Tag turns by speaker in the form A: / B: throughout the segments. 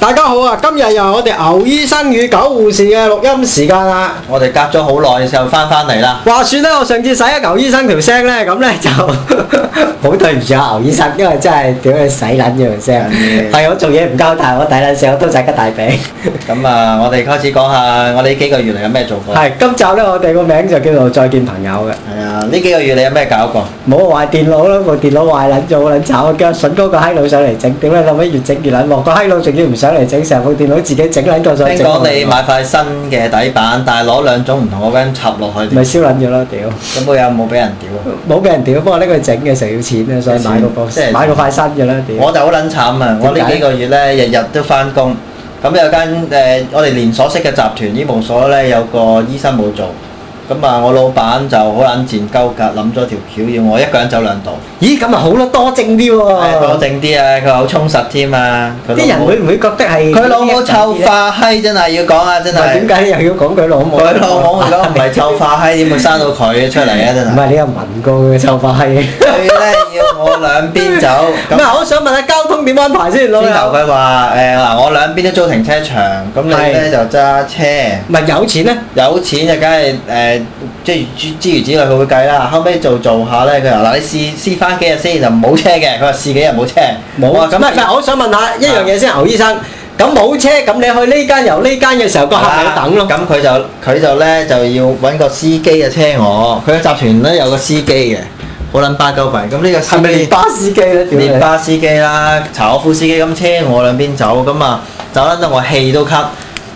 A: 大家好啊！今日又係我哋牛醫生與狗護士嘅錄音時間啦。
B: 我哋隔咗好耐嘅時候翻翻嚟 啦。
A: 話說咧，我上次洗咗牛醫生條聲咧，咁咧就 好對唔住啊牛醫生，因為真係屌你洗撚咗條聲，啊 係我做嘢唔交代，我抵撚死，我都仔吉大髀。
B: 咁啊，我哋開始講下我哋呢幾個月嚟有咩做過。
A: 係今集咧，我哋個名就叫做再見朋友嘅。
B: 係啊，呢幾個月你有咩搞過？
A: 冇話壞電腦啦，部電腦壞撚咗，好撚慘啊！叫阿筍哥個閪佬上嚟整，屌你諗乜越整越撚鑊，個閪佬仲要唔上嚟整，成部電腦自己整撚個上
B: 聽
A: 嚟整
B: 講
A: 落嚟。
B: 你買塊新嘅底板，但係攞兩種唔同嘅 RAM 插落去，
A: 咪燒撚咗咯，屌！
B: 咁佢有冇俾人屌啊？
A: 冇俾人屌，不過呢個整嘅成要錢啊，所以買個個
B: 即係
A: 買個塊新嘅啦，屌！
B: 我就好撚慘啊！我
A: 嗯點
B: 呢
A: 解
B: 幾個月咧，日日都翻工。咁有間誒、呃我哋連鎖式嘅集團醫務所咧，有個醫生冇做。咁啊，我老闆就好撚賤鳩格，諗咗條橋要我一個人走兩度，
A: 咦，咁啊好咯，多正啲
B: 係多
A: 喎。
B: 正啲啊！佢話好充實添啊！佢老
A: 哦啲人
B: 母
A: 會唔會覺得係
B: 佢老母臭
A: 化？
B: 化閪，真係要講啊！真
A: 唔係點
B: 係
A: 解又要講佢老母？
B: 佢老母如果唔係臭化閪，點會生到佢出嚟啊！真
A: 唔
B: 係
A: 係你又聞過佢嘅臭化閪？
B: 佢咧要我兩邊走 咁。
A: 咁啊，我想問下交通點安排先，老
B: 先頭
A: 友。
B: 佢話誒嗱，我兩邊都租停車場，咁你咧
A: 係
B: 就揸車，
A: 唔係有錢咧？
B: 有錢就梗係誒，即係諸諸如此類，佢會計啦。後尾做做下咧，佢話嗱，你試試翻幾日先，就冇車嘅。佢話試幾日冇車，
A: 冇
B: 我話
A: 啊！咁
B: 咁
A: 啊，但係我想問下一樣嘢先，牛醫生。咁冇車，咁你去呢間由呢間嘅時候，個客咪要等咯。
B: 咁佢就佢就咧就要揾個司機嘅車我，佢嘅集團咧有個司機嘅，好撚巴鳩閉。咁呢個司
A: 係咪
B: 機
A: 連巴士機咧？屌
B: 連
A: 你！
B: 巴司機啦、查我夫司機咁車我兩邊走，咁啊走撚到我氣都咳。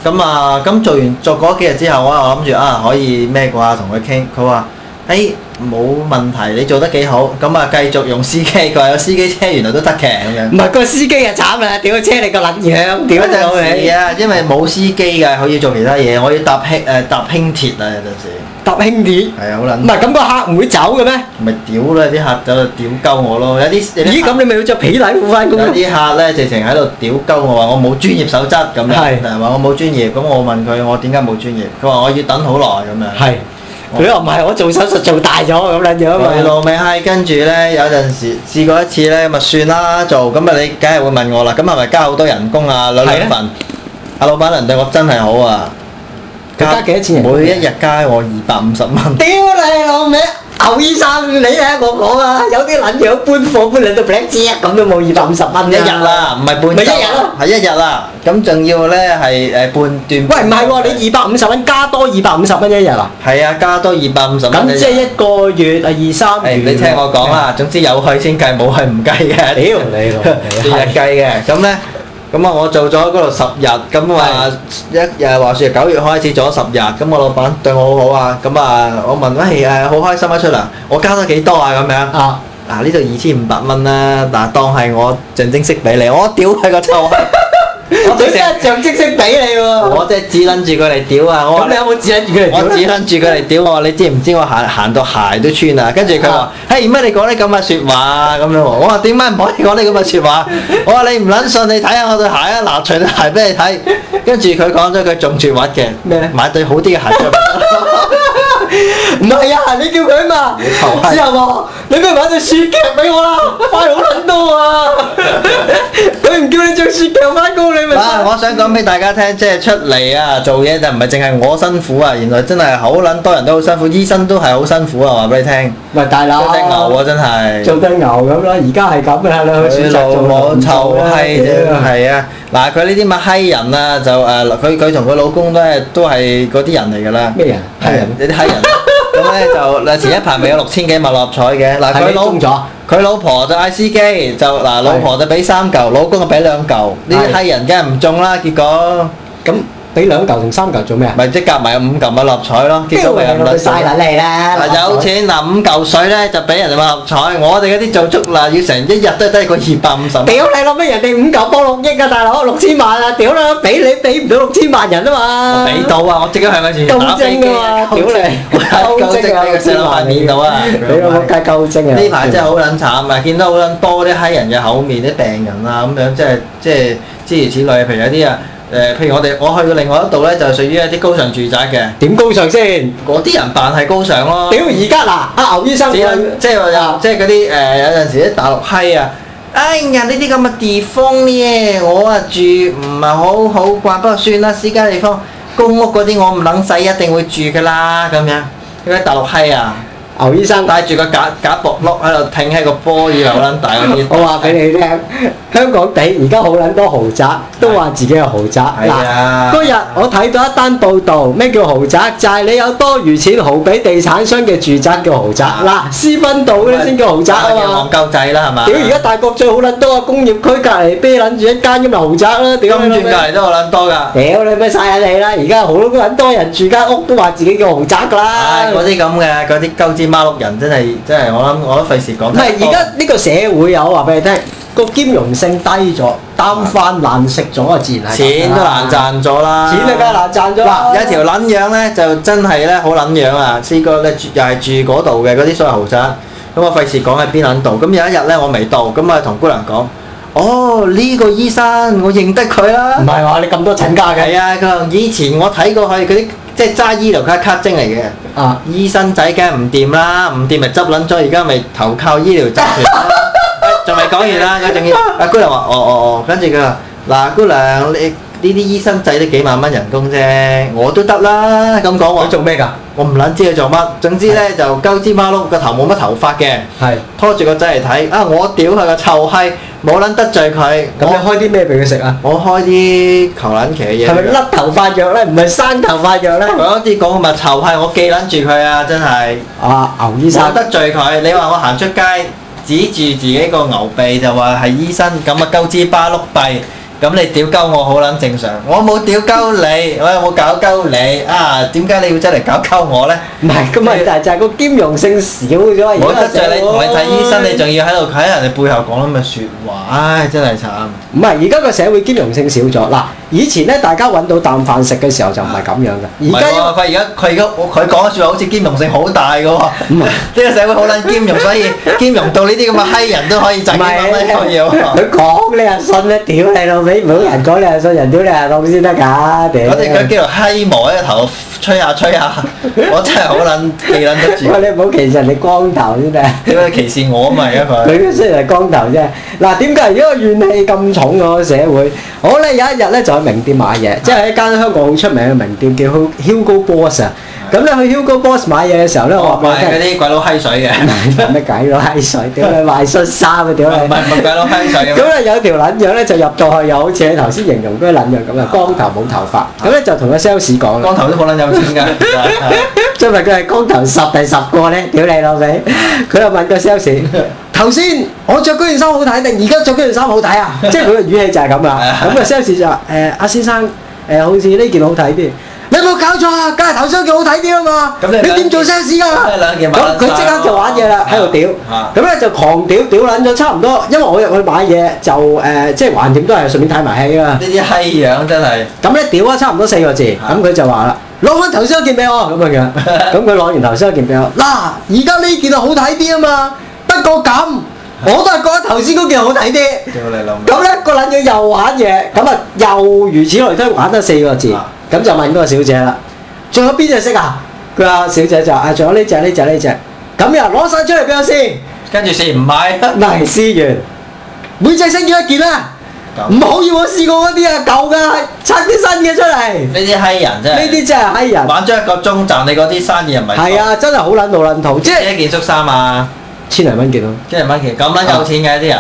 B: 咁啊咁做完做嗰幾日之後，我我諗住啊可以咩啩同佢傾，佢話誒冇問題，你做得幾好，咁啊繼續用司機，佢話有司機車原來都得嘅咁樣
A: 唔。係個司機啊慘啦！屌車你個撚樣，屌你老
B: 有
A: 味
B: 時！啊，因為冇司機㗎，佢要做其他嘢，我要搭輕誒搭輕鐵啊，有陣時
A: 搭輕鐵。
B: 係啊，好撚
A: 唔係咁個客唔會走嘅咩？
B: 咪屌啦！啲客就屌鳩我咯，有啲有
A: 咦，
B: 啲
A: 咁
B: 客
A: 你咪要着皮禮褲翻工啊
B: 有
A: 咯？
B: 啲客咧直情喺度屌鳩我話我冇專業守則咁
A: 係
B: 樣，係話我冇專業，咁我問佢我點解冇專業，佢話我要等好耐咁樣。
A: 係，佢話唔係我做手術做大咗咁撚樣啊
B: 咪
A: 嘛。
B: 啊老尾閪，跟住咧有陣時試過一次咧，咪算啦做，咁咪你梗係會問我啦，咁係咪加好多人工啊？兩
A: 係啊
B: 兩份，阿老闆娘對我真係好啊！
A: 佢加幾多錢人工
B: 每啊一日加我二百五十 蚊。
A: 屌你老味，牛醫生你睇我講啊，有啲撚樣搬貨搬兩到 black 咁都冇二百五十蚊
B: 一日。啦，唔係半
A: 咪一
B: 週啊
A: 日咯，
B: 係一日啦。咁仲要咧係誒半段。
A: 喂，唔係喎，你二百五十蚊加多二百五十蚊一日啊？
B: 係啊，加多二百五十蚊
A: 咁
B: 一日。
A: 即係一個月啊，二三月。
B: 誒，哎你聽我講。 啦，總之有去先計，冇去唔計嘅。
A: 屌你老
B: 日
A: 味
B: 計嘅，咁咧，咁啊，我做咗嗰度十日，咁啊一誒話説九月開始做咗十日，咁我老闆對我好好啊，咁啊，我問喂誒好開心啊出糧，我加咗幾多啊 咁樣。
A: 啊！
B: 嗱呢度二千五百蚊啦，嗱當係我象徵式俾你，我屌佢個臭 閪！我
A: 佢真
B: 直情
A: 係象徵式俾你喎。
B: 我真係指撚住佢嚟屌啊！我話
A: 咁你有冇指引住佢嚟屌
B: 我
A: 咧
B: 只撚住佢嚟屌我，你知唔知我行行到鞋都穿啊？跟住佢話
A: 啊：，
B: 嘿，乜你講啲咁嘅説話啊咁樣喎？我話點解唔可以講啲咁嘅 説話？我話你唔撚信，你睇下我對鞋啊！嗱，除對鞋俾你睇。跟住佢講咗句仲絕核嘅，
A: 咩咧
B: 買對好啲嘅鞋著。
A: 唔係啊，你叫佢嘛
B: 你頭，閪
A: 之後話你不如買對雪屐俾我啦，快好撚多啊！佢唔叫你着雪屐翻工，你咪
B: 嗱，啊我想講俾大家聽，即係出嚟啊，做嘢就唔係淨係我辛苦啊，原來真係好撚多人都好辛苦，醫生都係好辛苦啊！話俾你聽，
A: 喂大佬
B: 做隻牛啊，真係。
A: 做得牛咁啦，而家係咁噶啦，你去
B: 佢
A: 選擇
B: 老
A: 做
B: 母
A: 唔
B: 臭
A: 做啦
B: 閪啫，係啊！嗱，佢呢啲咪閪人啊，就誒，佢佢同佢老公都係都係嗰啲人嚟㗎啦。
A: 咩人
B: 係
A: 閪人
B: 有啲閪人。咁咧就嗱，前一排咪有六千幾萬六合彩嘅，嗱
A: 係
B: 佢
A: 你
B: 老
A: 中咗
B: 佢老婆就嗌司機，就嗱老婆就俾三嚿，老公就俾兩嚿，呢啲
A: 係
B: 閪人梗係唔中啦，結果
A: 咁俾兩嚿同三嚿做咩啊？
B: 咪即係夾埋有五嚿咪六合彩咯，結
A: 屌
B: 果咪
A: 你
B: 又唔
A: 老母
B: 撚中
A: 嘥撚你啦！
B: 嗱有錢嗱五嚿水咧就俾人哋買六合彩，我哋嗰啲做足嗱要成一日都係得個二百五十蚊。
A: 屌你老味，人哋五嚿波六億啊，大佬六千萬啊！屌啦，俾你俾唔到六千萬人啊嘛！
B: 我俾到
A: 呃
B: 啊！我即刻喺咪住打飛機啊！
A: 夠精㗎嘛屌你
B: 我係夠精啊喺個細佬塊面度啊！
A: 啊你老母計夠精啊！
B: 呢排真係好撚慘啊！見到好撚多啲閪人嘅口面，啲病人啊咁樣，即係即係諸如此類。譬如有啲啊，誒，譬如我哋我去到另外一度咧，就屬於一啲高尚住宅嘅，
A: 點高尚先？
B: 嗰啲人扮係高尚咯。
A: 屌而家嗱，阿牛醫生
B: 只有即係話有即係嗰啲誒有陣時啲大陸閪啊，哎呀！呢啲咁嘅地方呢，我啊住唔係好好慣，不過算啦，私家地方公屋嗰啲我唔撚使，一定會住噶啦咁樣。因為大陸閪啊，
A: 牛醫生，
B: 戴住個假假薄碌喺度挺喺個波以流撚大嗰啲。
A: 我話俾你聽，香港地而家好撚多豪宅，都話自己係豪宅。
B: 係啊
A: 嗱，嗰日我睇到一單報道，咩叫豪宅？就係你有多餘錢豪俾地產商嘅住宅叫豪宅。
B: 啊
A: 嗱，私分到嗰啲先叫豪宅啊嘛
B: 戇。鳩仔啦係嘛？
A: 屌，而家大國最好撚多啊！工業區隔離啤撚住一間咁咪豪宅啦，屌你老
B: 金鑽隔
A: 味！
B: 離都好撚多㗎。
A: 屌你咪晒下你啦！而家好撚多人住間屋都話自己叫豪宅噶啦
B: 唉，。嗰啲咁嘅，嗰啲鳩枝孖碌人真係真係，我諗我都費事講
A: 唔
B: 得多。
A: 係而家呢個社會有話俾你聽，個兼容性低咗，擔翻爛食咗啊，自然係咁㗎
B: 錢都
A: 啦
B: 難，賺咗啦，
A: 錢都梗係難賺咗啦
B: 嗱，有一條撚樣咧，就真係咧好撚樣啊！試過咧住又係住嗰度嘅嗰啲所謂豪宅，咁我費事講喺邊撚度。咁有一日咧，我未到，咁啊同姑娘講：哦，呢、個醫生我認得佢啦
A: 唔。係話你咁多陳家嘅
B: 係啊，佢話以前我睇過佢，佢啲即係揸醫療卡卡精嚟嘅。
A: 啊，
B: 醫生仔梗係唔掂啦，唔掂咪執撚咗，而家咪投靠醫療集團 啦。誒仲未講完啦，佢仲要阿姑娘話：哦哦哦，跟住佢話嗱，姑娘你呢啲醫生仔都幾萬蚊人工啫，我都得啦。咁講
A: 佢
B: 喎，
A: 做咩㗎？
B: 我唔撚知佢做乜，總之咧就鳩支馬碌個頭冇乜頭髮嘅，
A: 係
B: 拖住個仔嚟睇啊！我屌佢個臭閪，冇撚得罪佢，
A: 咁
B: 我
A: 你開啲咩俾佢食啊？
B: 我開啲求撚其嘅嘢俾佢。
A: 係咪甩頭髮藥咧？唔係生頭髮藥咧？
B: 佢嗰啲講咪臭閪，我記撚住佢啊！真係。
A: 啊，牛醫
B: 冇
A: 生，
B: 得罪佢，你話我行出街指住自己個牛鼻就話係醫生咁啊，鳩支巴碌閉，咁你屌鳩我好撚正常，我冇屌鳩你，我又冇搞鳩你啊，點解你要真嚟搞鳩我呢？
A: 唔係咁啊問題就係個兼容性少咗啊。
B: 冇
A: 而
B: 得
A: 家社
B: 罪你，同你睇醫生，
A: 會
B: 你仲要喺度喺人哋背後講咁嘅説話，唉，真係慘。
A: 唔係，而家個社會兼容性少咗。嗱，以前咧大家揾到啖飯食嘅時候就唔係咁樣嘅，而家
B: 唔係
A: 因為
B: 喎佢而家佢而家佢講嘅説話好似兼容性好大嘅喎，
A: 唔係
B: 呢個社會好撚兼容，所以 兼容到呢啲咁嘅閪人都可以
A: 唔
B: 賺幾百蚊一個
A: 係
B: 嘢喎。
A: 佢講你又信咧，屌你老味，唔好人講你又信，人屌你又當先得㗎，屌！
B: 我哋佢幾條閪毛喺個頭吹下吹下， 我真係好撚記撚得住。
A: 喂，你唔好歧視人哋光頭先得，
B: 點解歧視我啊嘛？而家 佢
A: 佢雖然係光頭啫。嗱，點解而家個怨氣咁重嗰個社會？我咧有一日咧就去名店買嘢，即係喺一間香港好出名嘅名店叫 Hugo Boss 啊。咁咧去 Hugo Boss 買嘢嘅時候咧，我
B: 我
A: 話俾
B: 買
A: 你
B: 哦嗰
A: 聽。
B: 啲鬼佬閪 水
A: 啊
B: 嘅，
A: 咩鬼佬閪水？屌你賣恤衫啊！屌
B: 唔
A: 你！
B: 係唔係鬼佬閪水嘅。
A: 咁啊咧有條撚樣咧就入到去，又好似你頭先形容嗰啲撚樣咁啊，光頭冇頭髮。咁咧就同個 sales 講啦。
B: 光頭都好撚有錢㗎，
A: 最問佢係光頭十定十個咧，屌你老味！佢又問個 sales：頭先我着嗰件衫好睇定而家着嗰件衫好睇啊？即係佢嘅語氣就 係啊咁啦。咁個 sales 就話：誒、阿先生，誒、好似呢件好睇啲。你有冇搞錯啊？梗係頭先嗰件好睇啲啊嘛！
B: 咁你
A: 你
B: 兩
A: 點做 sales 㗎？
B: 咁你兩件買
A: 咁佢即刻就玩嘢啦，喺度屌。
B: 啊
A: 咁咧就狂屌屌撚咗差唔多，因為我入去買嘢就誒、即係橫掂都係順便睇埋戲啊。
B: 呢啲閪樣真係。
A: 咁咧屌啊，差唔多四個字，
B: 啊
A: 咁佢就話啦，攞翻頭先嗰件俾我咁樣 樣，咁佢攞完頭先嗰件俾我，嗱，而家呢件啊好睇啲啊嘛，不過咁，我都係覺得頭先嗰件好睇啲。
B: 屌你老
A: 咁咧個撚樣又玩嘢，咁啊又如此類推玩得四個字
B: 啊，
A: 咁就問嗰個小姐啦，仲有邊隻色啊？佢話小姐就話啊，仲有呢只呢只呢只，咁又攞晒出嚟俾我先，
B: 跟住試唔買，
A: 嗱，試完，每隻色要一件啦，唔
B: 咁呢
A: 好要我試過嗰啲啊舊㗎，拆啲新嘅出嚟。
B: 啲閪人真
A: 呢
B: 係
A: 啲真係閪人，
B: 玩咗一個鐘賺你嗰啲生意人咪
A: 係，啊，真係好撚老撚土，即係
B: 一件恤衫啊，
A: 千零蚊件咯。
B: 一人蚊件咁撚有錢嘅啲人，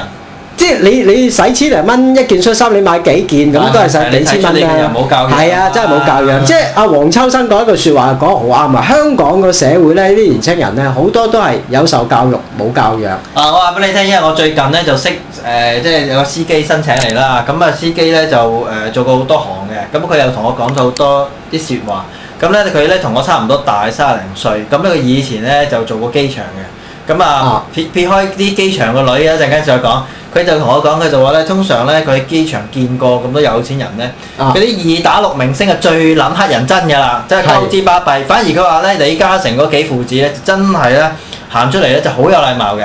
A: 即係你你使千零蚊一件恤衫，你買幾件咁都係
B: 啊但係
A: 使幾千
B: 你
A: 蚊
B: 睇出你
A: 啦
B: 個人冇教養。
A: 係啊，真係冇教養。
B: 啊
A: 即係阿黃秋生講一句説話講得好啱啊！香港個社會咧，呢啲年青人咧好多都係有受教育冇教養。
B: 啊！我話俾你聽，因為我最近咧就識誒、呃即係有個司機申請嚟啦。咁啊，司機咧就誒、呃做過好多行嘅。咁佢又同我講到好多啲説話。咁咧佢咧同我差唔多大，三零歲。咁呢佢以前咧就做過機場嘅。咁啊
A: 啊，
B: 撇撇開啲機場個女一陣間再講。佢就同我講，佢就話咧，通常咧佢喺機場見過咁多有錢人咧，
A: 啊
B: 嗰啲二打六明星係最撚黑人憎㗎啦，即係
A: 係
B: 鳩之巴閉。反而佢話咧，李嘉誠嗰幾父子咧，真係咧行出嚟咧就好有禮貌嘅。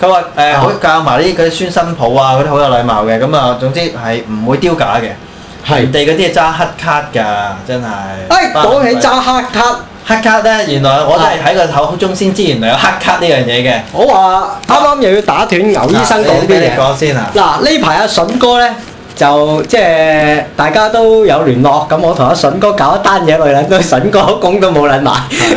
B: 佢話誒
A: 啊
B: 好教埋呢啲孫新抱啊嗰啲好有禮貌嘅，咁啊總之係唔會丟架嘅。人。哋嗰啲係揸黑卡㗎，真係。
A: 哎誒，講起
B: 巴閉
A: 揸黑卡，
B: 黑卡咧，原來我都係喺個口中先知，原來有黑卡呢樣嘢嘅。
A: 我話啱啱又要打斷牛醫
B: Dạ,
A: 生講啲
B: 俾你
A: 嘢。
B: 講先啊！
A: 嗱呢排阿筍哥咧就即係大家都有聯絡，咁我同阿筍哥搞一單嘢，我哋撚到筍哥工都冇撚埋，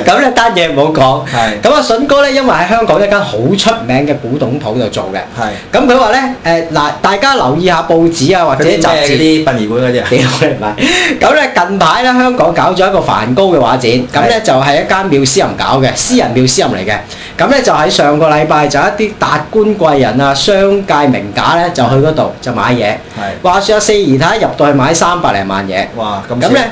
A: 咁呢單嘢唔好
B: 係
A: 講。咁阿筍哥咧，因為喺香港一間好出名嘅古董鋪度做嘅，
B: 係
A: 咁佢話咧誒嗱，大家留意下報紙啊或
B: 或
A: 者
B: 者
A: 雜
B: 就係
A: 誌。
B: 啲殯儀館嗰啲啊。
A: 屌你唔係！咁咧近排咧香港搞咗一個梵高嘅畫展，咁咧就係一間廟私人搞嘅，私人廟私人嚟嘅。咁咧就喺上個禮拜就一啲達官貴人啊、商界名家咧就去嗰度就買嘢。
B: 係
A: 話説阿四姨太入到去買三百零萬嘢，
B: 哇咁
A: 咁咧。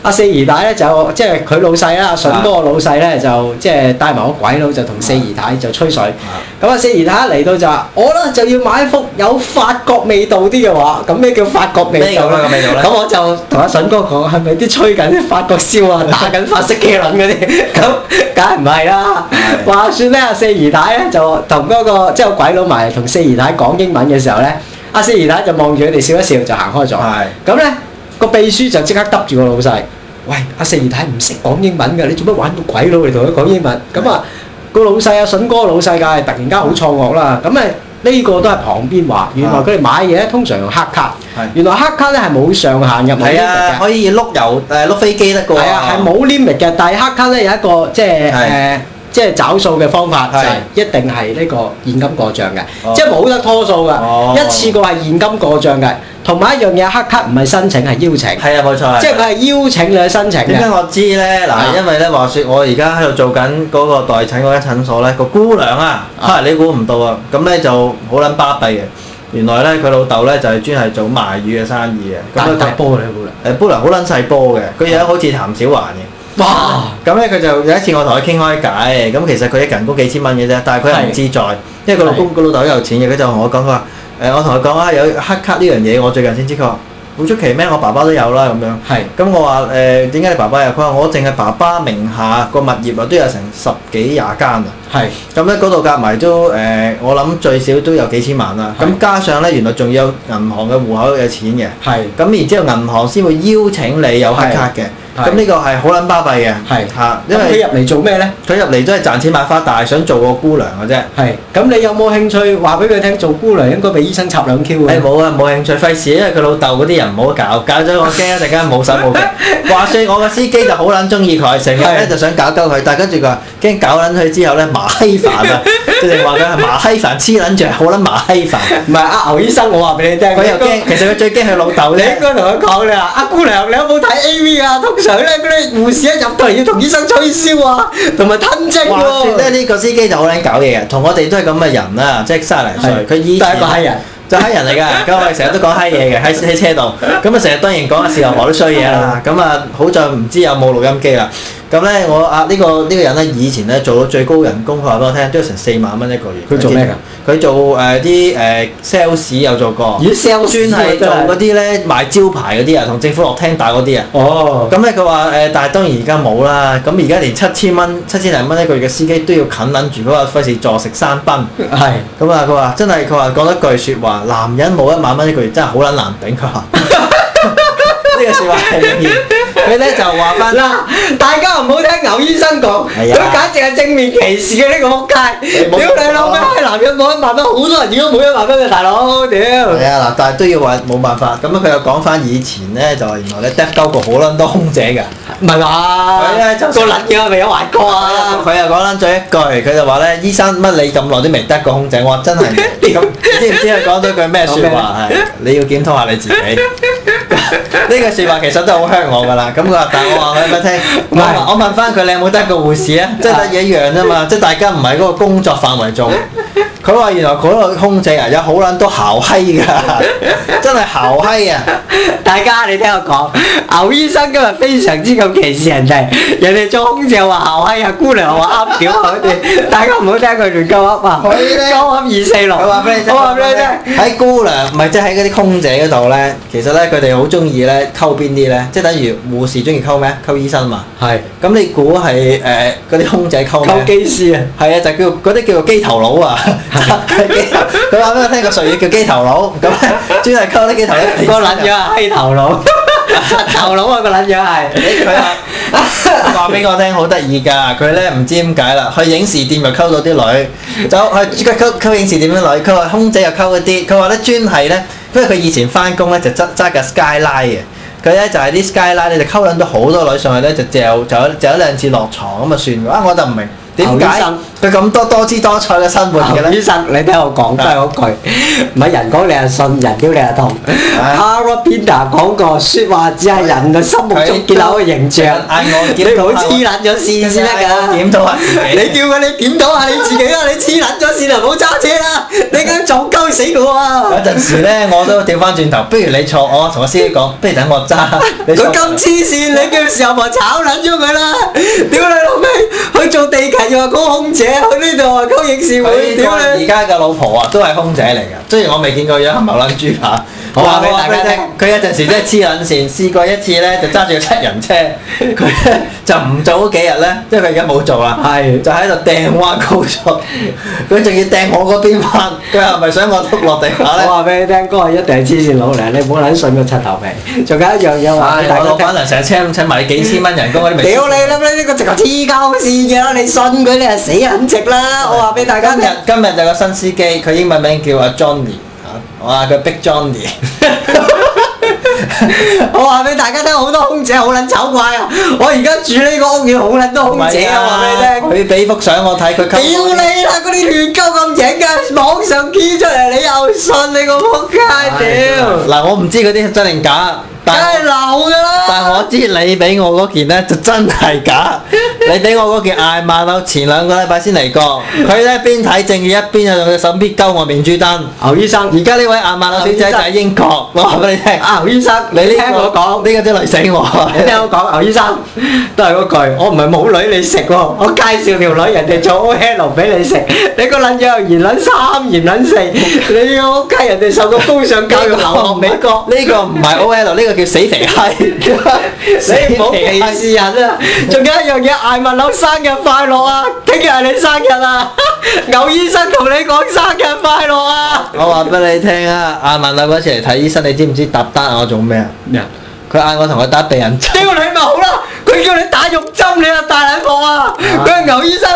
A: 阿四姨太咧就即係佢老細啦，阿筍哥個老細咧就即係帶埋個鬼佬就同四姨太就吹水。
B: Dạ.
A: 咁啊，四姨太一嚟到就話：我咧就要買一幅有法國味道啲嘅畫。咁咩叫法國味道啊
B: 咩叫法國味道咧
A: 咁我就同阿筍哥講：係咪啲吹緊啲法國燒啊，打緊法式機輪嗰啲？ 咁梗係唔係啦。
B: 係
A: 話説咧，阿四姨太咧就同嗰、個即係個鬼佬埋嚟同四姨太講英文嘅時候咧，阿四姨太就望住佢哋笑一笑就行開咗。
B: 係
A: 咁咧個秘書就即刻揼住個老細，喂阿四姨太唔識講英文㗎，你做乜玩到鬼佬嚟同佢講英文？咁啊個老細阿筍哥老細梗係突然間好錯愕啦，咁誒啊呢個都係旁邊話，原來佢哋買嘢咧通常用黑卡
B: 啊係，
A: 原來黑卡咧係冇上限嘅，冇 limit
B: 係啊，
A: 嘅。
B: 可以碌油誒碌飛機得個
A: 係啊，係冇 limit 嘅，但係黑卡咧有一個即係
B: 係
A: 誒，即係找數嘅方法，就
B: 係
A: 係一定係呢個現金過帳
B: 哦
A: 嘅，即係冇得拖數
B: 哦
A: 嘅，一次過係現金過帳嘅。同埋一樣嘢，黑卡唔係申請係邀請，
B: 係啊，冇錯。
A: 即係佢係邀請你去申請
B: 點解
A: 嘅。
B: 我知咧？
A: 啊
B: 嗱，因為咧話説我而家喺度做緊嗰個代診嗰間診所咧，個姑娘啊，
A: 啊
B: 嚇你估唔到啊！咁咧就好撚巴閉嘅。原來咧佢老豆咧就係專係做賣魚嘅生意嘅。
A: 大
B: 咁
A: 大
B: 佢
A: 波你好啦，
B: 誒姑娘好撚細波嘅，佢樣好似譚小環嘅。
A: 啊哇！
B: 咁咧佢就有一次我同佢傾開偈，咁其實佢一人工幾千蚊嘅啫，但係佢又唔自在，因為佢老公個老豆好有錢嘅，佢就同我講佢話誒，我同佢講啊有黑卡呢樣嘢，我最近先知，佢話好出奇咩？我爸爸都有啦咁樣。
A: 係
B: 咁我話誒點解你爸爸有？佢話我淨係爸爸名下個物業啊都有成十幾廿間啊！
A: 係
B: 咁咧嗰度夾埋都誒、我諗最少都有幾千萬啦。
A: 係
B: 咁加上咧，原來仲有銀行嘅戶口有錢嘅。
A: 係
B: 咁然之後銀行先會邀請你有黑卡嘅。
A: 係
B: 咁呢個係好撚巴閉嘅。
A: 係
B: 嚇，因
A: 因為
B: 為
A: 佢入嚟做咩咧？
B: 佢入嚟都係賺錢買花，但係想做個姑娘嘅啫。
A: 係咁，你有冇興趣話俾佢聽做姑娘應該俾醫生插兩 Q
B: 誒
A: 嘅？
B: 冇啊，冇興趣，費事，因為佢老豆嗰啲人唔好搞，搞咗我驚一陣間冇手 冇腳。話説我個司機就好撚中意佢，成日咧
A: 係
B: 就想搞鳩佢，但係跟住佢話驚搞撚佢之後咧麻閪 煩啊，佢哋話佢係麻閪煩黐撚住，好撚麻閪煩。
A: 唔係阿牛醫生，我話俾你聽，
B: 佢又
A: 你應
B: 驚，其實佢最驚佢老豆
A: 該。你
B: 咧
A: 應。該同佢講你話，阿姑娘，你有冇睇 A V 啊？通常咧嗰啲護士一入到嚟要同醫生吹簫啊，同埋吞精
B: 話説咧，
A: 喎。
B: 呢個司機就好撚搞嘢嘅，同我哋都係咁嘅人啦，即係三零歲。佢以
A: 都係一個
B: 前
A: 閪人，
B: 就閪人嚟 㗎，咁我啊哋成日都講閪嘢嘅喺喺車度，咁啊成日當然講下事後我都衰嘢啦，咁啊好在唔知有冇錄音機啦。咁咧我啊呢、個呢、個人咧以前咧做到最高人工，佢話俾我聽都有成四萬蚊一個月。
A: 佢做咩
B: 㗎？佢做誒啲誒 sales 有做過，
A: 咦 sales
B: 專係
A: 喎真
B: 做
A: 係
B: 嗰啲咧賣招牌嗰啲啊，同政府落廳打嗰啲啊。
A: 哦，
B: 咁咧佢話誒，但係當然而家冇啦。咁而家連七千蚊、七千零蚊一個月嘅司機都要啃撚住，佢話費事坐食山崩。
A: 係
B: 咁啊，佢話真係佢話講一句説話，男人冇一萬蚊一個月真係好撚難頂。佢話 呢個説話係永遠佢咧就話翻
A: 嗱， 大家唔好聽牛醫生講，
B: 係
A: 佢
B: 啊
A: 簡直係正面歧視嘅呢個撲街。
B: 你冇啊
A: 屌你老味，男人冇一萬蚊，好多人如果冇一萬蚊啊嘅大佬，屌。
B: 係啊嗱，但係都要話冇辦法。咁啊，佢又講翻以前咧就話原來咧 d 鳩過好撚多空姐㗎。
A: 唔係嘛？
B: 係啊就
A: 個撚嘢係咪有環哥啊？
B: 佢又講撚咗一句，佢就話咧醫生乜你咁耐都未得過空姐，我話真係未。咁你知唔知佢講咗句咩説話？係你要檢討下你自己。 呢句説話其實都好香我㗎啦。咁佢話，但我話佢俾你聽，我話我問翻佢你有冇得過護士啊？即係得嘢一樣啫嘛，即係大家唔係嗰個工作範圍做。佢話原來嗰個空姐啊有好撚多姣閪㗎，真係姣閪啊！
A: 大家你聽我講，牛醫生今日非常之咁歧視人哋，人哋做空姐話姣閪啊，姑娘話啱屌佢 哋，大家唔好聽佢亂鳩噏啊！
B: 佢呢
A: 鳩噏二四六，
B: 我話俾你聽，
A: 我話俾你聽，
B: 喺姑娘唔係即係喺嗰啲空姐嗰度咧，其實咧佢哋好中意咧溝邊啲咧，即係等於護士中意溝咩？啊溝醫生嘛。
A: 係
B: 咁你估係誒嗰啲空姐溝
A: 溝
B: 咩？
A: 機師啊！
B: 係啊，就叫嗰啲叫做機頭佬 啊！ 機頭佢話俾我聽個術語叫機頭佬，咁咧專係溝啲機頭佬。
A: à, 個撚樣係閪頭佬，柒頭佬啊個撚樣係，
B: 佢話 話俾我聽好得意㗎，佢咧唔知點解啦，去影視店又溝到啲女，走去佢溝溝影視店啲女，佢話空姐又溝嗰啲，佢話咧專係咧，因為佢以前翻工咧就揸揸架 Skyline 嘅。佢咧就係啲 Skyline 咧就溝撚咗好多女上去咧，就嚼就有就有兩次落床咁啊算㗎啊！我就唔明點解佢咁多多姿多彩嘅生活嘅咧？
A: 劉醫生，你聽我講，真係嗰句，唔係人講你
B: 係。
A: 係信，人屌你係痛。Harapinda講個説話只係人嘅心目中建立一個形象。
B: 嗌我檢討
A: 你唔好黐撚咗線先得㗎。
B: 檢討下自己。
A: 你叫佢你檢討下你自己啦，你黐撚咗線就唔好揸車啦，你咁撞鳩死我啊。
B: 有陣時咧，我都調翻轉頭，不如你坐我，同我司機講，不如等 我揸。你坐
A: 佢咁黐線，你叫時候咪炒撚咗佢啦。屌你老味，去做地勤又話講空姐，去呢度話溝影視會，
B: 佢
A: 屌你。
B: 個而家嘅老婆啊，都係空姐嚟㗎。雖然我未見過樣，冇撚豬扒。
A: 我話啊俾大家
B: 我話俾你聽，佢有陣時真係黐撚線。試過一次咧，就揸住個七人車，佢咧就唔做嗰幾日咧，即係佢而家冇做啦。
A: 係
B: 就喺度掟彎高速，佢仲要掟我嗰邊彎，佢係咪想我碌落地下咧
A: 我？話俾你聽，嗰個一定係黐線佬嚟，你唔好撚信個柒頭皮。仲有一樣嘢話
B: 唉
A: 俾大
B: 我
A: 家
B: 老
A: 聽
B: 闆，娘成日請請埋你幾千蚊人工嗰啲咪黐線，
A: 屌你啦！呢個直頭黐鳩線嘅啦，你信佢你係死撚直啦！ 我話俾大家
B: 今
A: 聽
B: 日。今日有個新司機，佢英文名叫阿 Johnny，啊我話佢 Big Johnny，
A: 我話俾大家聽，好多空姐好撚醜怪啊！我而家住呢個屋苑 好撚多空姐啊！我話俾你聽。
B: 佢俾幅相我睇，佢
A: 屌
B: 溝我
A: 你啦！嗰啲亂鳩咁影嘅，網上 key 出嚟，你又信你個仆街屌！
B: 嗱，我唔知嗰啲真定假，
A: 梗
B: 但
A: 係流噶啦！
B: 但我知你俾我嗰件咧就真 係假，你俾我嗰件艾曼樓前兩個禮拜先嚟過，佢咧邊睇正嘢一邊又用隻手搣鳩我面珠燈。
A: 牛醫生
B: 而家呢位艾曼樓小姐就喺英國，我話俾你聽，
A: 啊，牛醫生，
B: 你呢
A: 聽
B: 個
A: 我講。
B: 呢個真係累死我。
A: 你聽我講，牛醫生都係嗰句，我唔係冇女你食喎，我介紹條女人哋做 O L 俾你食，你個撚樣嫌撚三嫌撚四，你個屋企人哋受過高
B: 啊
A: 尚教育流落美國，
B: 呢個唔係 O L，呢個叫死肥 閪。
A: 你唔好歧視人啊！仲有一樣嘢，艾文柳生日快樂啊！聽日係你生日 啊！牛醫生同你講生日快樂啊！
B: 我話俾你聽啊，阿文啊嗰次嚟睇醫生，你知唔知搭單我做咩啊？佢嗌我同佢打避孕針。
A: 屌你咪好啦！佢叫你打肉針，你又大撚鑊啊！佢係牛醫生，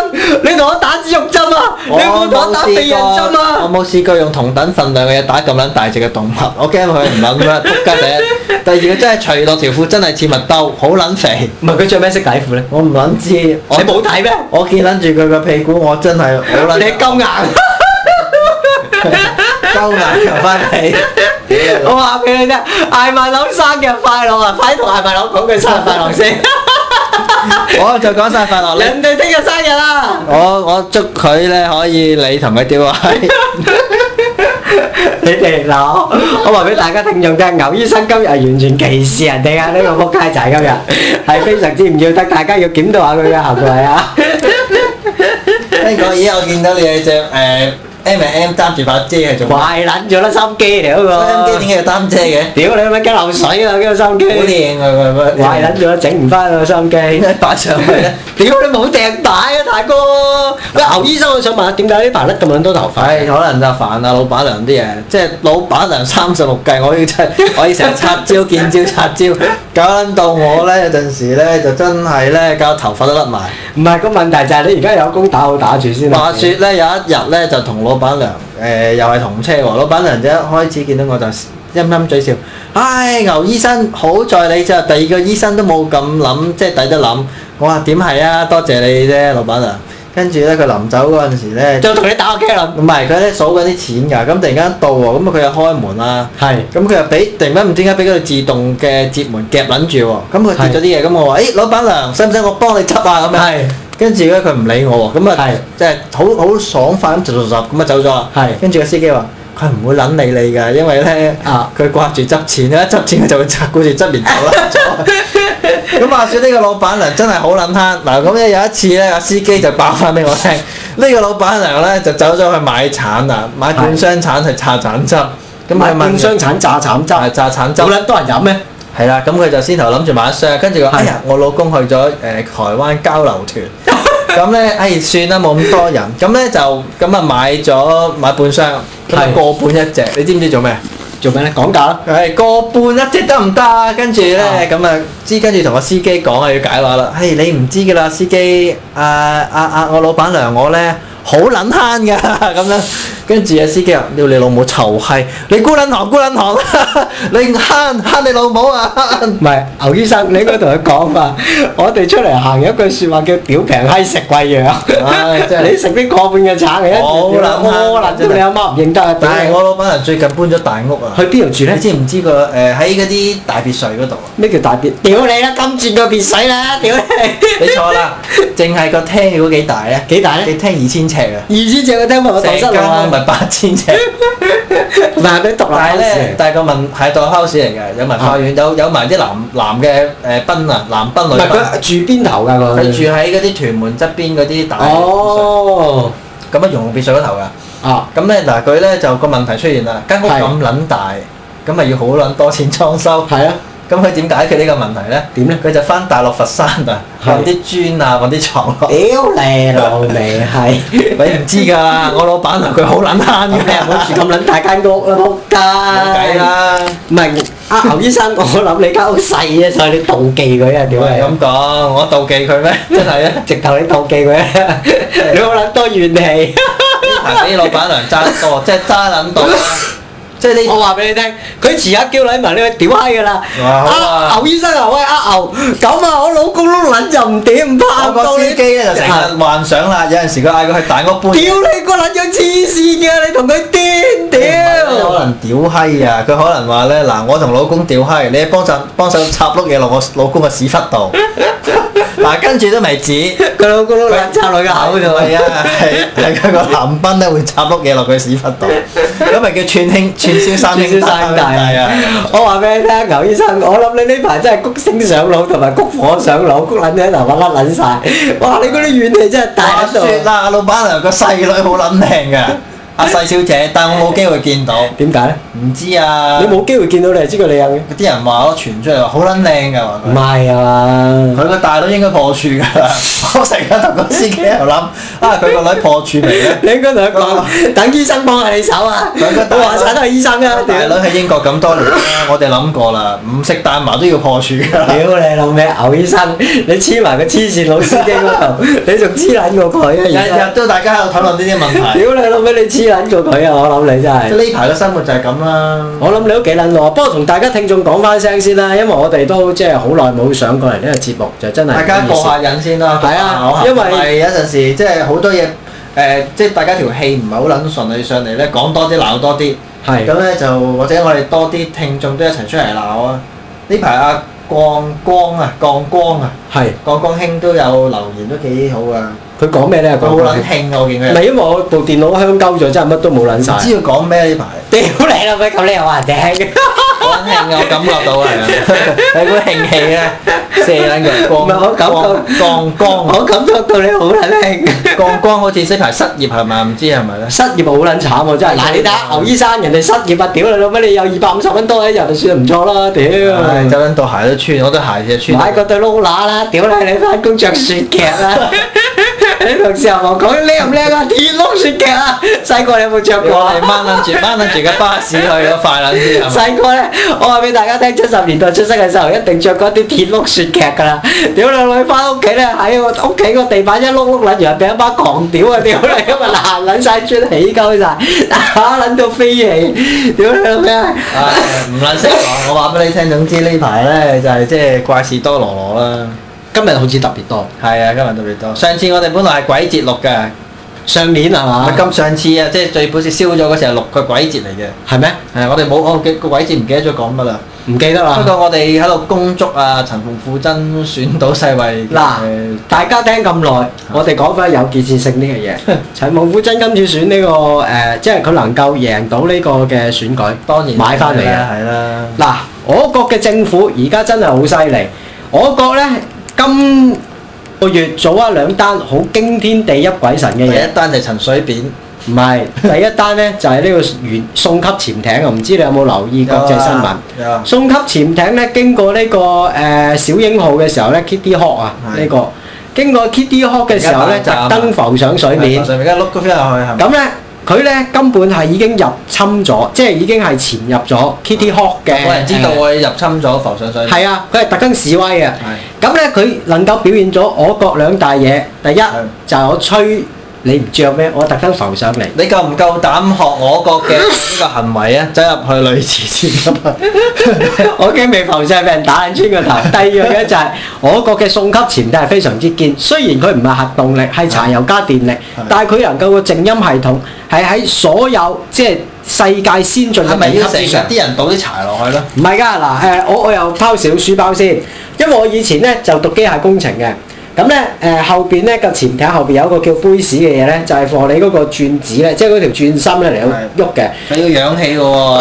A: 你同我打支肉針啊！你冇同我打避孕針
B: 我
A: 啊！
B: 冇試過用同等份量嘅嘢打咁撚大隻嘅動物，我驚佢唔撚 咩，仆街第一。第二個真係除落條褲真係似麥兜，好撚肥。
A: 唔係佢着咩色底褲咧？
B: 我唔撚知，
A: 你
B: 我
A: 冇睇咩？
B: 我見撚住佢個屁股，我真係好 撚。
A: 你夠硬，
B: 鳩眼球翻嚟。
A: 我話俾你聽，艾曼柳生日快樂啊！快啲同艾曼柳講句生日快樂 先，
B: 我就講晒快樂咧。
A: 人哋聽日生日啊！
B: 我我祝佢咧可以你同佢屌啊！
A: 你哋嗱，我我話俾大家聽眾聽，牛醫生今日係完全歧視人哋啊！呢個撲街仔今日係非常之唔要得，大家要檢討下佢嘅行為啊！
B: 聽講咦，我見到你有隻誒 M M 擔住把遮係做乜？
A: 壞撚咗啦，心機嚟嗰個。
B: 收音機點解要擔遮嘅？
A: 屌你咪驚漏水啊！驚收音
B: 好
A: 機
B: 靚啊！佢佢
A: 壞撚咗，整唔翻個收音機。
B: 點解擺上去咧？
A: 屌你冇掟帶啊，大哥！喂，牛醫生，我想問下，點解呢排甩咁撚多頭髮？
B: 唉，可能就煩啊，老闆娘啲嘢，即係老闆娘三十六計，我要真 係，我要成日拆招見招拆招，搞撚到我咧有陣時咧就真係咧搞頭髮都甩埋。
A: 唔係個問題就係你而家有工打好打住先啊。
B: 話説咧，有一日咧就同老闆娘誒、又係同車喎，老闆娘就一開始見到我就陰陰嘴笑，唉牛醫生好在你就第二個醫生都冇咁諗，即係抵得諗。我話點係啊，多謝你啫，老闆娘。跟住咧佢臨走嗰陣時咧，
A: 就同你打個機啦。
B: 唔係佢咧數緊啲錢㗎，咁突然間到喎，咁啊佢又開門啦。
A: 係。
B: 咁佢又俾突然間唔知點解俾佢自動嘅接門夾撚住喎，咁佢跌咗啲嘢，咁我話：，誒、老闆娘，使唔使我幫你執啊？咁樣，
A: 係
B: 跟住咧佢唔理我喎，咁啊
A: 係，
B: 即係好好爽快咁，就就就咁啊走咗啦。
A: 係
B: 跟住個司機話：佢唔會撚理你㗎，因為咧
A: 啊
B: 佢掛住執錢，一執錢佢就會執顧住執完走啦。咁話説呢個老闆娘真係好撚慳嗱，咁啊咧有一次咧，個司機就爆翻俾我聽，呢、個老闆娘咧就走咗去買橙啊，買罐雙橙去榨橙汁，咁
A: 咁
B: 佢
A: 係
B: 問
A: 半
B: 佢
A: 傷產炸慘汁，
B: 係榨橙汁
A: 冇。撚多人飲咩？
B: 係啦，咁佢就先頭諗住買一箱，跟住佢
A: 係
B: 哎呀，我老公去咗誒、呃台灣交流團， 咁咧哎算啦，冇咁多人，咁咧就咁啊買咗買半箱，咁啊
A: 係
B: 個半一隻，你知唔知做咩？
A: 做咩咧？講價啦，
B: 係個半一隻得唔得？跟住
A: 啊
B: 咧咁啊，知跟住同個司機講啊，要解話啦。嘿，你唔知㗎啦，司機啊啊啊！我老闆娘我咧好撚慳㗎 咁樣。跟住啊，司機話：屌你老母臭閪！你孤撚行孤撚行， 你唔慳慳你老母啊！
A: 唔係牛醫生，你應該同佢講嘛。我哋出嚟行有一句説話叫屌平閪食貴樣，
B: 唉真係
A: 你食啲過半嘅橙嚟，一
B: 好
A: 條
B: 撚
A: 屙撚
B: 真
A: 到
B: 係
A: 你阿媽唔認得啊！
B: 但係我老闆娘最近搬咗大屋啊，
A: 去邊度住咧
B: 你？知唔知個誒喺嗰啲大別墅嗰度 啊？
A: 咩叫大別？屌你啦，金鑽個別水啦，屌你！
B: 你錯啦，淨係個廳如果幾大咧？
A: 幾大呢
B: 你廳二千尺啊！
A: 二千隻嘅聽聞我蕩
B: 成
A: 失
B: 間
A: 路
B: 屋咪
A: 啊！
B: 八千尺，
A: 唔係佢獨立 house
B: 但係
A: 啊
B: 咧
A: 嚟，
B: 但係個文係代 house 嚟嘅，有文化院，有有埋啲男男嘅誒賓啊，男賓
A: 唔
B: 女
A: 係佢
B: 賓，
A: 住邊頭㗎
B: 佢住
A: 佢？
B: 喺嗰啲屯門側邊嗰啲大別墅，
A: 哦，
B: 咁啊用別墅嗰頭㗎，
A: 啊，
B: 咁咧嗱佢咧就個問題出現啦，間屋
A: 係
B: 咁撚大，咁啊咪要好撚多錢裝修，
A: 係啊，
B: 咁佢點解決呢個問題咧？
A: 點咧
B: 佢就翻大陸佛山啊，
A: 係
B: 揾啲磚啊，揾啲床落，
A: 屌你老味係。
B: 你唔知 㗎，我老闆啊佢好撚慳
A: 咁你又
B: 嘅，
A: 唔好住 咁撚大間屋啦，仆街！
B: 冇計啦。
A: 唔係啊，牛醫生，我諗你間屋細啊，所以你妒忌佢啊，
B: 點
A: 屌
B: 係
A: 你！
B: 咁講？我妒忌佢咩？真係啊！
A: 直頭你妒忌佢啊，你好撚多怨氣。
B: 排俾老闆娘爭得多，即係爭撚到啦。 即係
A: 我
B: 呢
A: 話俾你聽，佢遲下叫你埋你去屌閪噶啦！
B: 哇好啊
A: 啊，牛醫生啊，喂，啊牛，咁啊，我老公碌撚就唔點，唔怕
B: 我個
A: 到你
B: 司機咧就成
A: 啊
B: 日幻想啦，有陣時佢嗌佢去大屋
A: 屌。
B: 搬
A: 你個撚樣黐線嘅，你同佢癲
B: 可
A: 屌！
B: 能屌閪啊！佢可能話咧嗱，我同老公屌閪，你幫手幫手插碌嘢落我老公嘅屎忽 度。嗱，跟住都未止，
A: 佢老公碌撚插落個口度
B: 係啊，係係佢個男賓咧會插碌嘢落佢屎忽度，咁咪叫串兄串燒三兄弟
A: 燒三大
B: à.
A: 啊！我話俾你聽，牛醫生，我諗你呢排真係谷星上腦同埋谷火上腦，谷撚咗頭髮甩撚晒。哇！你嗰啲怨氣真係大
B: 話
A: 喺度。
B: 説啦，老闆啊娘個細女好撚靚 嘅，阿細小姐，但我冇機會見到，
A: 點解咧？
B: 唔知啊。
A: 你冇機會見到你係知佢你有嘅？
B: 啲人話咯，傳出嚟話好撚靚㗎話
A: 唔係啊
B: 佢，
A: 嘛。
B: 佢個大女應該破處㗎啦。 我成日同個司機喺度諗，啊佢個女破處未 咧？
A: 你應該同佢講，等醫生幫下你手啊！
B: 兩個大
A: 我話晒都係醫生啊！
B: 大女
A: 屌
B: 喺英國咁多年咧，我哋諗過啦，唔食蛋麻都要破處㗎啦。
A: 你老味，牛醫生，你黐埋個黐線老司機嗰度，你仲黐撚過
B: 日
A: 佢啊！而
B: 日都大家喺度討論呢啲問
A: 家，
B: 題。
A: 屌你老味，你黐撚過佢啊！我諗你真係。
B: 呢排嘅生活就係咁啦。
A: 我諗你都幾撚耐，不過同大家聽眾講翻聲先啦，因為我哋都即係好耐冇上過嚟呢個節目，就真係
B: 大家過下癮先啦，
A: 係啊
B: 因
A: 因為
B: 為有陣時即係好多嘢誒、即係大家條氣唔係好撚順利上嚟咧，講多啲鬧多啲，
A: 係
B: 咁咧就或者我哋多啲聽眾都一齊出嚟鬧啊！呢排阿降光啊，降光啊，
A: 係
B: 降光兄都有留言都幾好啊，
A: 佢講咩咧？
B: 佢好
A: 講唔
B: 撚興啊！我見佢，
A: 係因為我部電腦香鳩咗，真係乜都冇撚
B: 唔
A: 晒。
B: 知佢講咩呢排。
A: 屌你老味，咁你又話人哋興？
B: 好撚興啊！我感覺到係啊，係嗰興氣咧，射撚佢
A: 唔係我
B: 光
A: 感
B: 光
A: 覺
B: 降光
A: 我感覺到你好撚興，
B: 降光，好似呢排失業係咪？唔知係咪咧？
A: 失業啊好撚慘喎，真係。嗱，你睇下牛醫生，人哋失業啊，屌你老味，你有二百五十蚊多一日就算唔錯啦，
B: 唉，
A: 屌！
B: 走撚到鞋都穿，我對鞋就穿。
A: 買個對撈乸啦，屌 你！你翻工着雪屐 啦，你同事又望講靚唔靚啊？鐵碌雪屐啊！細個你有冇着過
B: 我
A: 啊
B: 係？掹撚住掹撚住架巴士去咗快撚啲係咪？
A: 細個咧，我話俾大家聽，七十年代出生嘅時候，一定着嗰啲鐵碌雪屐㗎啦。屌你女翻屋企咧，喺我屋企個地板一碌碌撚，然後俾一班狂屌啊！屌你咁啊，爛撚晒磚起鳩晒，打撚到飛起，屌你老咩？
B: 唉，唔撚識講，我話俾你聽，總之呢排咧就係即係怪事多羅羅啦。
A: 今日好似特別多，啊
B: 係啊，今日特別多。上次我哋本來係鬼節錄嘅，
A: 上年係
B: 咪
A: 嘛？
B: 今上次啊，即係最本是燒咗嗰時係錄個鬼節嚟嘅。
A: 係咩？
B: 係我哋冇我記個鬼節唔記得咗講乜啦。
A: 唔記得啦
B: 不。過我哋喺度恭祝啊陳馮富珍選到世衞
A: 嗱
B: 誒，
A: 大家聽咁耐，我哋講翻有建設性呢嘅嘢。陳蒙夫真今次選呢、個誒、呃即係佢能夠贏到呢個嘅選舉，
B: 當然
A: 買翻嚟
B: 係
A: 嘅
B: 啦。係啦。
A: 嗱，我國嘅政府而家真係好犀利，我國呢，今個月做一兩單好驚天地泣鬼神
B: 第
A: 嘅嘢。
B: 一單就係陳水扁，
A: 唔係第一單呢，就係呢個原送級潛艇啊！唔知你有冇留意國際新聞？
B: 有啊
A: 送級潛艇呢，經過呢、個誒、呃小鷹號嘅時候呢 k i t t y Hawk 啊，呢、
B: 係
A: 個經過 Kitty Hawk 嘅時候呢，
B: 而家爆炸啊
A: 特
B: 嘛
A: 登浮上水面。
B: dạ, 上面而家碌咗飛入去係咪？
A: 咁呢，佢咧根本係已經入侵咗，即係已經係潛入咗 Kitty Hawk 嘅。
B: 冇人知
A: dạ.
B: 道我入侵咗浮上水面。
A: 係啊，佢係特登示威啊！
B: 係。
A: 咁咧，佢能夠表現咗我國兩大嘢，第一就係我吹你唔着咩，我特登浮上嚟。
B: 你夠唔夠膽學我國嘅呢個行為啊？走入去女廁先啊嘛！
A: 我驚未浮上俾人打穿個頭。 第二樣嘢就係我國嘅送給潛艇係非常之堅，雖然佢唔係核動力，係柴油加電力，但係佢能夠個靜音系統係喺所有即係世界先進
B: 係
A: 嘅
B: 咪
A: 頂
B: 要
A: 級
B: 成
A: 之
B: 日
A: 上。
B: 啲人倒啲柴落去咯？
A: 唔係㗎，嗱誒，我我又拋小書包先，因為我以前咧就讀機械工程嘅，咁咧誒後邊咧個潛艇後邊有一個叫杯屎嘅嘢咧，就係、放你嗰個轉子咧，即係嗰條轉心咧嚟到喐嘅。
B: 你要氧氣嘅喎，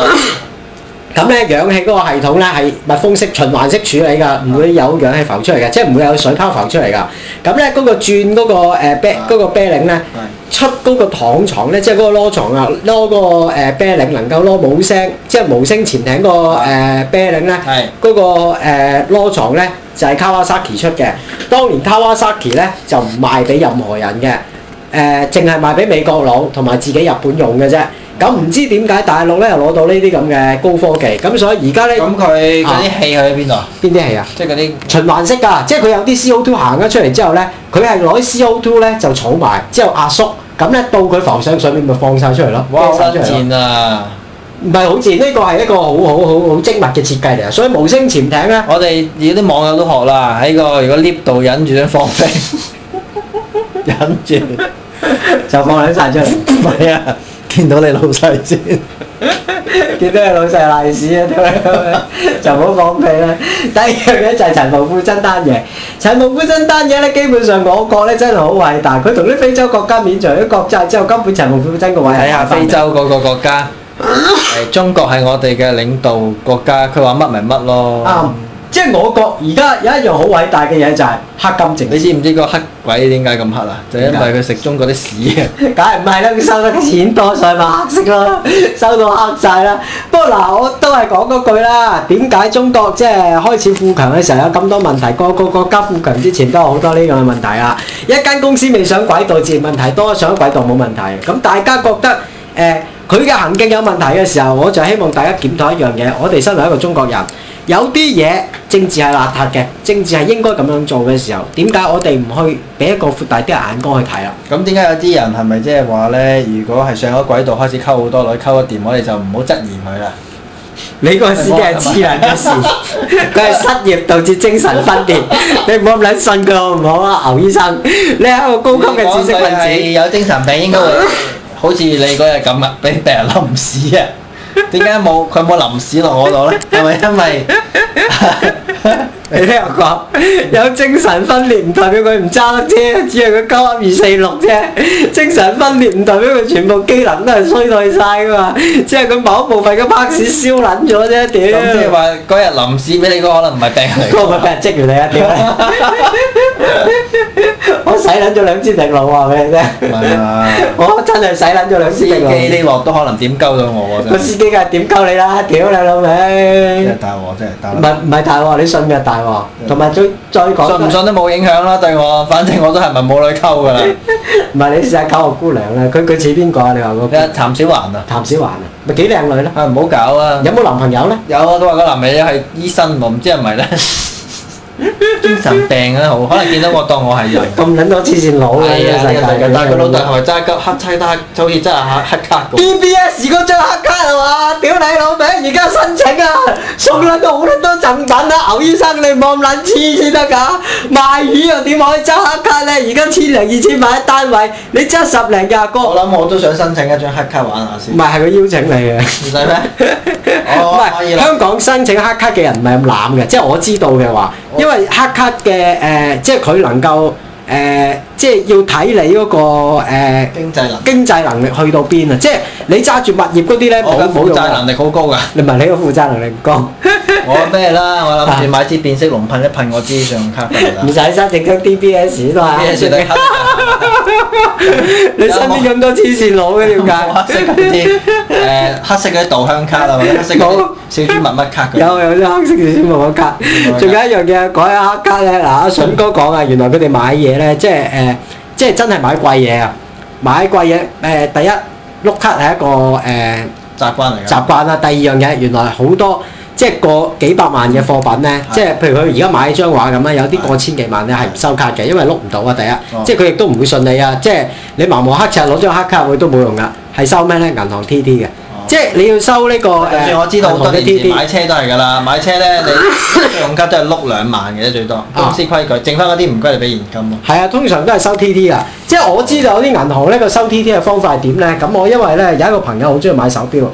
A: 咁咧氧氣嗰個系統咧係密封式循環式處理㗎，唔會有氧氣浮出嚟嘅，即係唔會有水泡浮出嚟㗎。咁咧嗰個轉嗰、個誒啤嗰個啤領咧。出嗰個躺床咧，即係嗰個攞床啊，攞個誒啤領能夠攞冇聲，即係無聲潛艇個誒啤領咧
B: 係，
A: 嗰個誒攞床咧就係 Kawasaki 出嘅。當年 Kawasaki 咧就唔賣俾任何人嘅，誒淨係賣俾美國佬同埋自己日本用嘅啫。咁唔知點解大陸咧又攞到呢啲咁嘅高科技，咁所以而家咧
B: 咁佢嗰啲氣去咗邊度啊？
A: 邊啲係啊？
B: 即係嗰啲
A: 循環式㗎，即係佢有啲 CO2 行咗出嚟之後咧，佢係攞啲 CO2 咧就儲埋，之後壓縮，咁咧到佢浮上水面咪放晒出嚟咯，
B: 哇好
A: 放晒出
B: 撚
A: 嚟咯
B: 賤啊！
A: 唔係好賤，呢個係一個好好好好精密嘅設計嚟啊！所以無聲潛艇咧，
B: 我哋而家啲網友都學啦，喺個如果 lift 度忍住想放飛，忍住，
A: 就放兩晒出嚟，
B: 唔係啊，見到你老細先。
A: 見到你老細賴屎啊，屌你就唔好放屁啦。第二樣嘢就係陳無富真單嘢，陳無富真單嘢咧，基本上我國咧真係好偉大，佢同啲非洲國家免除咗國債之後，根本陳無富真個位係
B: 睇下
A: 翻
B: 啊非
A: 嚟
B: 洲嗰個國 家，誒中國係我哋嘅領導國家，佢話乜咪乜
A: 啱
B: 咯。，
A: 即係我國而家有一樣好偉大嘅嘢就係黑金
B: 你
A: 政
B: 知唔知個黑鬼點解咁黑啊？就因為
A: 點解
B: 佢食中國啲屎 啊！
A: 梗係唔係啦，佢收得錢多所以咪黑色咯，收到黑晒啦。不過嗱，我都係講嗰句啦，點解中國即係開始富強嘅時候有咁多問題？個個國家富強之前都有好多呢咁嘅問題啦。一間公司未上軌道，自然問題多；上咗軌道冇問題。咁大家覺得誒？呃佢嘅行徑有問題嘅時候，我就希望大家檢討一樣嘢。我哋身為一個中國人，有啲嘢政治係邋遢嘅，政治係應該咁樣做嘅時候，點解我哋唔去俾一個闊大啲嘅眼光去睇啦？
B: 咁點解有啲人係咪即係話咧？如果係上咗軌道開始溝好多女，溝得掂，我哋就唔好質疑佢啦。
A: 你嗰個司機係黐人嘅事，佢係失業導致精神分 裂，你唔好咁撚信佢好唔好啊，牛醫生？你係一個高級嘅知識分
B: 如果佢係
A: 子，
B: 有精神病應 該會好似你嗰日咁啊，俾病人淋屎啊！點解冇佢冇淋屎落我度咧？係咪因為
A: 哎你 聽我講，有精神分裂唔代表佢唔揸得啫，只係佢鳩噏二四六啫。精神分裂唔代表佢全部機能都係衰退晒噶嘛，只係佢某一部分嘅拍屎燒撚咗啫，屌！
B: 咁即係話嗰日淋屎俾你嗰個可能唔係病人嚟
A: 嗰個
B: 㗎
A: 咪俾人積完你啊 一屌你！我洗撚咗兩支滴露啊！俾你聽，
B: 係啊
A: 我真係洗撚咗兩
B: 司
A: 支
B: 機
A: 滴露。
B: 呢鑊都可能點鳩到我喎
A: 個
B: 真
A: 司
B: 係，
A: 機梗係點鳩你啦，屌你老味！
B: 真係大鑊真係大
A: 唔
B: 鑊。
A: 係唔係大鑊，你信嘅大鑊，同埋再再講，
B: 信唔信都冇影響啦，對我，反正我都係咪冇女溝㗎啦。
A: 唔係你試下搞我姑娘啦，佢佢似邊個啊？你話
B: 你
A: 嗰
B: 睇譚小環啊，
A: 個譚小環啊，咪幾靚女啦？
B: 啊唔好搞啊！
A: 有冇男朋友咧？
B: 有啊，都話個男嘅係醫生喎，唔知係咪 咧？精神病啊，好可能見到我當我係人。
A: 咁撚多黐線佬嘅
B: 係
A: 呢
B: 啊，
A: 個世
B: 呢個世
A: 界
B: 界，，但係佢老豆係咪揸黑黑漆黑，就好似揸下黑卡咁？
A: BBS 嗰張黑卡係嘛？屌你老味，而家申請啊，送撚到好撚多贈品啊！牛醫生你唔好咁撚黐先得㗎，賣魚又點可以揸黑卡咧？而家千零二千萬一單位，你揸十零廿個，
B: 我
A: 唔
B: 諗我都想申請一張黑卡玩下先，唔
A: 係係佢邀請你嘅。
B: 使咩？
A: 唔
B: 哦，可以
A: 係
B: 啦。
A: 香港申請黑卡嘅人唔係咁濫嘅，即係我知道嘅話，因為黑卡嘅誒、呃即係佢能夠誒、呃即係要睇你嗰、個、呃、
B: 經濟能力，
A: 經濟能力去到邊啊！即係你揸住物業嗰啲咧
B: 我嘅
A: 冇冇
B: 負
A: 用
B: 債
A: 啊！
B: 能力好高㗎。
A: 你唔係你個負責能力唔高，
B: 我咩啦？我諗住買支變色龍噴一噴我支信用卡㗎啦
A: 唔。使申請張 DBS 都係
B: 咩事你黑色
A: 你身邊咁多黐線佬嘅 點
B: 冇黑色嗰
A: 解？
B: 啲誒黑色嗰啲稻香卡啊，或者黑色嗰啲小豬密密卡嗰啲。
A: 有有啲黑色嘅先冇卡，仲有一樣嘢改下黑卡咧。嗱，阿筍哥講啊，原來佢哋買嘢咧，即係誒、呃即係真係買貴嘢啊！買貴嘢誒、呃第一碌卡係一個誒、呃
B: 習慣嚟㗎。
A: 習慣啦。第二樣嘢原來好多即係過幾百萬嘅貨品咧，
B: 係
A: 即係譬如佢而家買張畫咁啦，有啲
B: 係
A: 過千幾萬咧係唔收卡嘅，因為碌唔到啊。第一，
B: 哦
A: 即係佢亦都唔會信你啊。即係你盲無黑赤攞張黑卡佢都冇用噶，係收咩咧？銀行 T T 嘅，
B: 哦
A: 即係你要收呢、個誒
B: 就算我知道好
A: 銀行
B: 多
A: 嘅
B: 年
A: T
B: 前
A: T。
B: 買車都係㗎啦，買車咧你信用卡都係碌兩萬嘅啫最
A: 啊
B: 多，公司規矩，剩翻嗰啲唔該你俾現金咯。
A: 係啊，通常都係收 T T 啊，即係我知道有啲銀行咧個收 T T 嘅方法係點咧？咁我因為咧有一個朋友好中意買手錶，
B: 係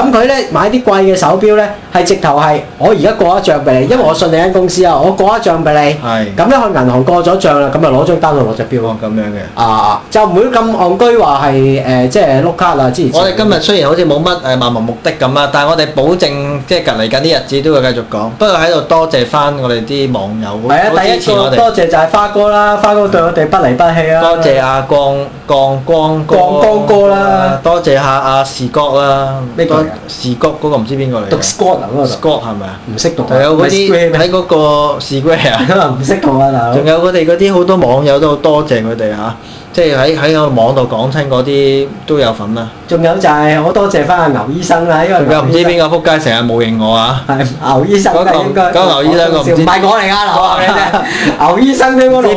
A: 咁佢咧買啲貴嘅手錶咧係直頭係我而家過一帳俾你，因為我信你間公司啊，我過一帳俾你，
B: 係
A: 咁咧去銀行過咗帳啦，咁就攞張單去攞隻錶咯。
B: 哦咁樣嘅。
A: 啊啊，就唔會咁戇居話係誒，即係碌卡啊之前。
B: 我哋今日雖然好似冇乜誒漫無目的咁啊，但係我哋保證即係近嚟緊啲日子都會繼續講。不過喺度多謝翻我哋啲網友，
A: 係
B: 好
A: 啊，第
B: 支
A: 一
B: 持
A: 個
B: 我哋。
A: 多謝就係花哥啦，花哥對我哋不離不棄啊。
B: 多謝阿光光光哥，
A: 光光哥啦
B: 多謝下阿視覺啦，
A: 咩
B: 多
A: 嚟㗎
B: 視覺嗰個唔知邊個嚟
A: 讀
B: 嘅
A: Scott 啊嗰個讀，
B: ？Scott 係咪啊？
A: 唔識讀啊，
B: 仲有嗰
A: 唔係
B: 啲
A: Scream
B: 喺嗰個 s q u a r 啊，
A: 啊，唔識讀啊大佬
B: 仲。有我哋嗰啲好多網友都好多謝佢哋嚇，即係喺喺個網度講親嗰啲都有份啦。
A: 仲有就係好多謝翻阿牛醫生啦，因為
B: 仲有唔知邊
A: 個
B: 個撲街成日冇認我啊！
A: 係牛醫生
B: 嗰個
A: 嘅應該，
B: 嗰個牛醫生個唔知
A: 唔係我嚟㗎，我話 俾你聽，牛醫生呢
B: 唔
A: 個
B: 知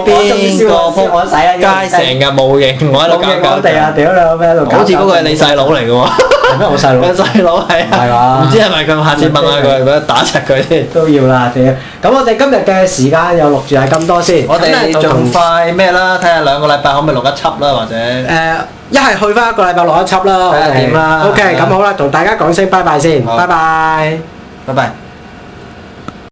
A: 老
B: 邊個
A: 我使啊，
B: 撲街成日冇認我喺度搞
A: 我哋啊，
B: 搞，
A: 屌你老味喺度搞搞震，
B: 好似嗰個係你細佬嚟嘅喎，
A: 係咩？我細
B: 你
A: 佬
B: 細佬係
A: 係
B: 啊，
A: 嘛
B: 唔知係咪佢下次問下佢，佢打柒佢先。
A: 都要啦，屌！咁我哋今日嘅時間又錄住係咁多先，
B: 我哋
A: 咁呢就同
B: 盡快咩啦？睇下兩個禮拜可唔可以錄一輯啦，或者
A: 誒一係去翻一個禮拜錄一輯啦，我
B: 睇下
A: 哋
B: 點啦
A: ？OK，
B: 係啊
A: 咁好啦，同大家講聲拜拜先，
B: 好
A: 拜拜。
B: 拜拜。